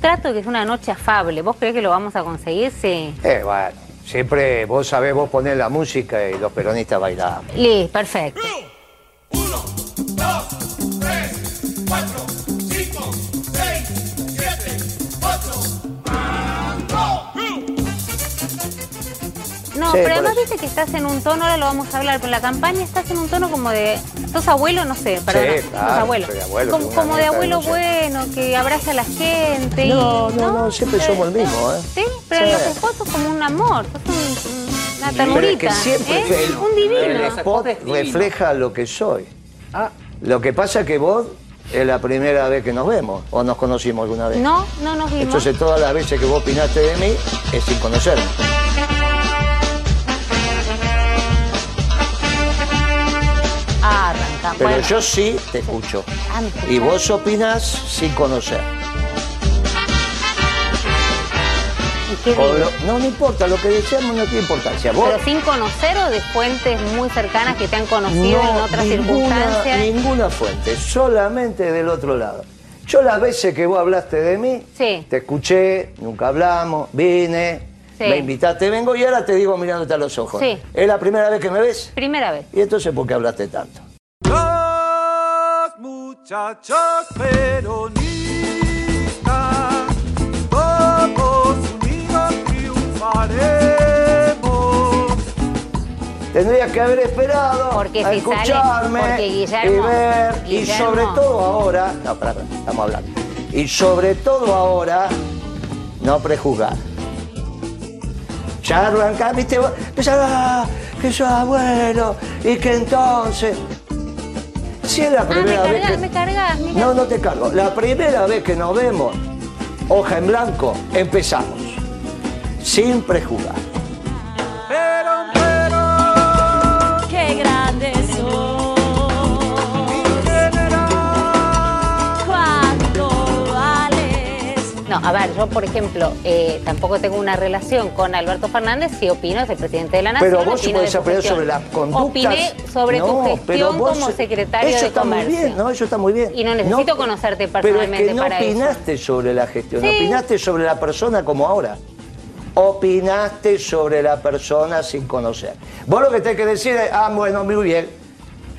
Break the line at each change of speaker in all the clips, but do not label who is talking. trato de que sea una noche afable. ¿Vos crees que lo vamos a conseguir? Sí.
Eh, bueno, siempre vos sabés, vos poner la música y los peronistas bailamos.
Liz, perfecto.
Uno, dos, tres, cuatro, cinco, seis, siete, ocho.
No,
Sí,
pero
por
además
eso.
viste que estás en un tono, ahora lo vamos a hablar, pero en la campaña estás en un tono como de. ¿Sos abuelo? No sé, perdón.
claro, soy de abuelo,
como
tengo una
como de
nieta de
abuelo
ocho.
bueno, que abraza a la gente. y-
No, no, no, siempre
Sí,
somos el mismo, ¿eh?
Sí, pero
Sí.
los esposos como un amor, sos un- una
Pero
ternurita.
es que siempre
¿eh?
el,
un
el
divino.
spot refleja lo que soy. Lo que pasa que vos es la primera vez que nos vemos o nos conocimos alguna vez.
No, no nos vimos.
Entonces todas las veces que vos opinaste de mí es sin conocerme.
Ah, arranca.
Pero
bueno,
yo sí te escucho.
Ah, me escuchás.
Y vos opinás sin conocer.
¿y qué
O
digo?
lo- no, no importa, lo que decíamos no tiene importancia. Vos
Pero sin conocer o de fuentes muy cercanas que te han conocido en otras circunstancias.
Ninguna fuente, solamente del otro lado. Yo las veces que vos hablaste de mí,
Sí.
te escuché, nunca hablamos, vine,
Sí.
me invitaste, vengo y ahora te digo mirándote a los ojos.
Sí.
Es la primera vez que me ves.
Primera vez.
¿Y entonces por qué hablaste tanto?
Los muchachos peronistas, todos unidos triunfaremos.
Tendrías que haber esperado
Porque si
a
sale-
escucharme
porque Guillermo-
y ver. Y
Guillermo.
sobre todo ahora. No, pará, pará, estamos hablando. Y sobre todo ahora, no prejuzgar. Ya arrancá, viste, vos, empezás, ah, que sos abuelo, y que entonces. Si es la
Ah, me
primera vez.
cargas,
que-
me cargas, mira.
No, no te cargo. La primera vez que nos vemos, hoja en blanco, empezamos. Sin prejuzgar.
Pero, pero,
Qué grande sos, cuánto vales.
No, a ver, yo por ejemplo, eh, tampoco tengo una relación con Alberto Fernández si opino es el presidente de la Nación.
Pero vos
opino
podés
de tu
opinar
gestión.
sobre las conductas.
Opiné sobre tu
No, pero
gestión
vos-
como secretario
eso
de
está
Comercio.
Muy bien, no, eso está muy bien.
Y no necesito conocerte personalmente
Pero es que no
para eso.
opinaste sobre la gestión,
Sí.
opinaste sobre la persona como ahora. Opinaste sobre la persona sin conocer. Vos lo que tenés que decir es, ah, bueno, muy bien,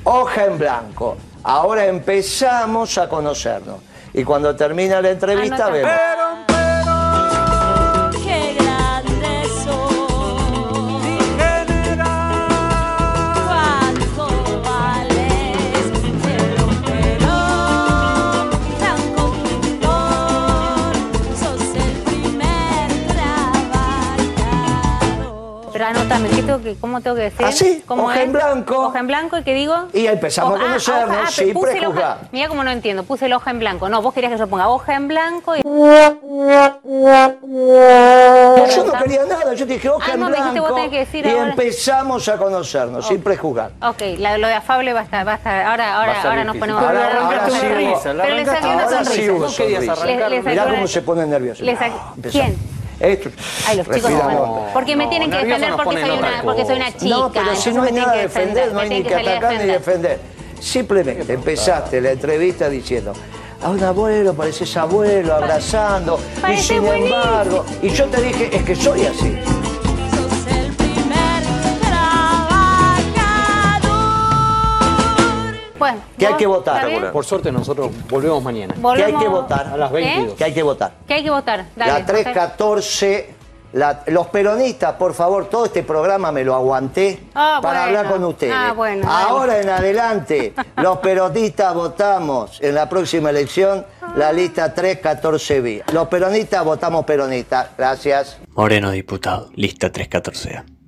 hoja en blanco. Ahora empezamos a conocernos. Y cuando termina la entrevista,
Anota.
vemos.
pero, pero,
Qué grande sos,
general.
cuánto vales. Pero, pero, tan conductor, sos el primer trabajador.
Pero anótame, ¿qué tengo que, ¿cómo tengo que decir?
Así,
¿Cómo
¿Ah, hoja en blanco.
Hoja en blanco, ¿y qué digo?
Y empezamos a
Hoja- ah,
conocernos
hoja- ah,
sin
pero puse la hoja-
prejuzgar.
Mira cómo no entiendo, puse el hoja en blanco. No, vos querías que yo ponga hoja en blanco y...
yo no quería nada, yo te dije hoja
Ah,
en
no, me dijiste, vos
blanco
tenés que decir
y
ahora.
empezamos a conocernos, sin prejuzgar.
Ok, la- lo de afable basta, basta. Ahora, ahora,
Va a ser
ahora nos
difícil.
ponemos...
Ahora-
Pero le
ahora
arrancaste
sí
una
hubo-
risa, le
Pero le
arrancaste-
saqué una
Ahora sí
sonrisa.
hubo
No querías
sonrisa.
arrancar.
Le- le
Mirá
sacó una-
cómo se pone nervioso.
Le sac- ¿Quién?
Esto.
Ay, los chicos
Respira,
no van.
no.
Porque me
no,
tienen que
nervioso
defender
nos
porque
ponen
soy,
otra
una, porque soy una
cosa.
chica.
no, pero si
entonces
no
me
hay
tienen
nada
que
de defender, no
me
hay ni
tienen
que
salir a
atacar ni
defender.
defender. Simplemente empezaste la entrevista diciendo, a un abuelo, pareces abuelo, abrazando, y
parece
sin
buenísimo.
embargo, y yo te dije, es que soy así.
Sos el primer trabajador.
Bueno,
Que hay
¿vos?
que votar,
¿Está bien?
Por suerte nosotros volvemos mañana.
Que hay que
Volvemos-
votar.
A las 22.
Que hay que votar.
¿Qué hay que votar? Dale,
la
José.
314. la- los peronistas, por favor, todo este programa me lo aguanté
Ah,
para
bueno.
hablar con ustedes.
Ah, bueno, dale.
Ahora en adelante, los peronistas votamos en la próxima elección la lista 314B. Los peronistas votamos peronistas. Gracias.
Moreno, diputado. Lista 314A.